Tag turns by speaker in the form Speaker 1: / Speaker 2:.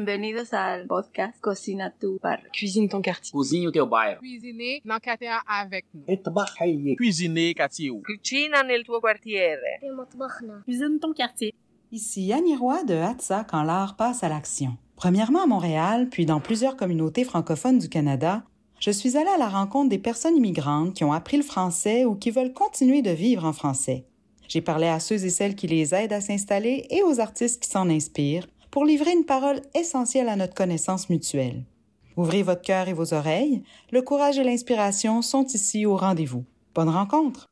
Speaker 1: Bienvenidos al podcast Cocina tu Barrio.
Speaker 2: Cuisine ton quartier.
Speaker 3: Cozinha o teu bairro.
Speaker 4: cuisiner dans le quartier avec nous.
Speaker 3: Cuisiner Catio.
Speaker 5: Cucina nel tuo quartiere.
Speaker 6: في مطبخنا
Speaker 1: Cuisine ton quartier.
Speaker 7: Ici Annie Roy de Hatsa quand l'art passe à l'action. Premièrement à Montréal, puis dans plusieurs communautés francophones du Canada, je suis allée à la rencontre des personnes immigrantes qui ont appris le français ou qui veulent continuer de vivre en français. J'ai parlé à ceux et celles qui les aident à s'installer et aux artistes qui s'en inspirent pour livrer une parole essentielle à notre connaissance mutuelle. Ouvrez votre cœur et vos oreilles, le courage et l'inspiration sont ici au rendez-vous. Bonne rencontre!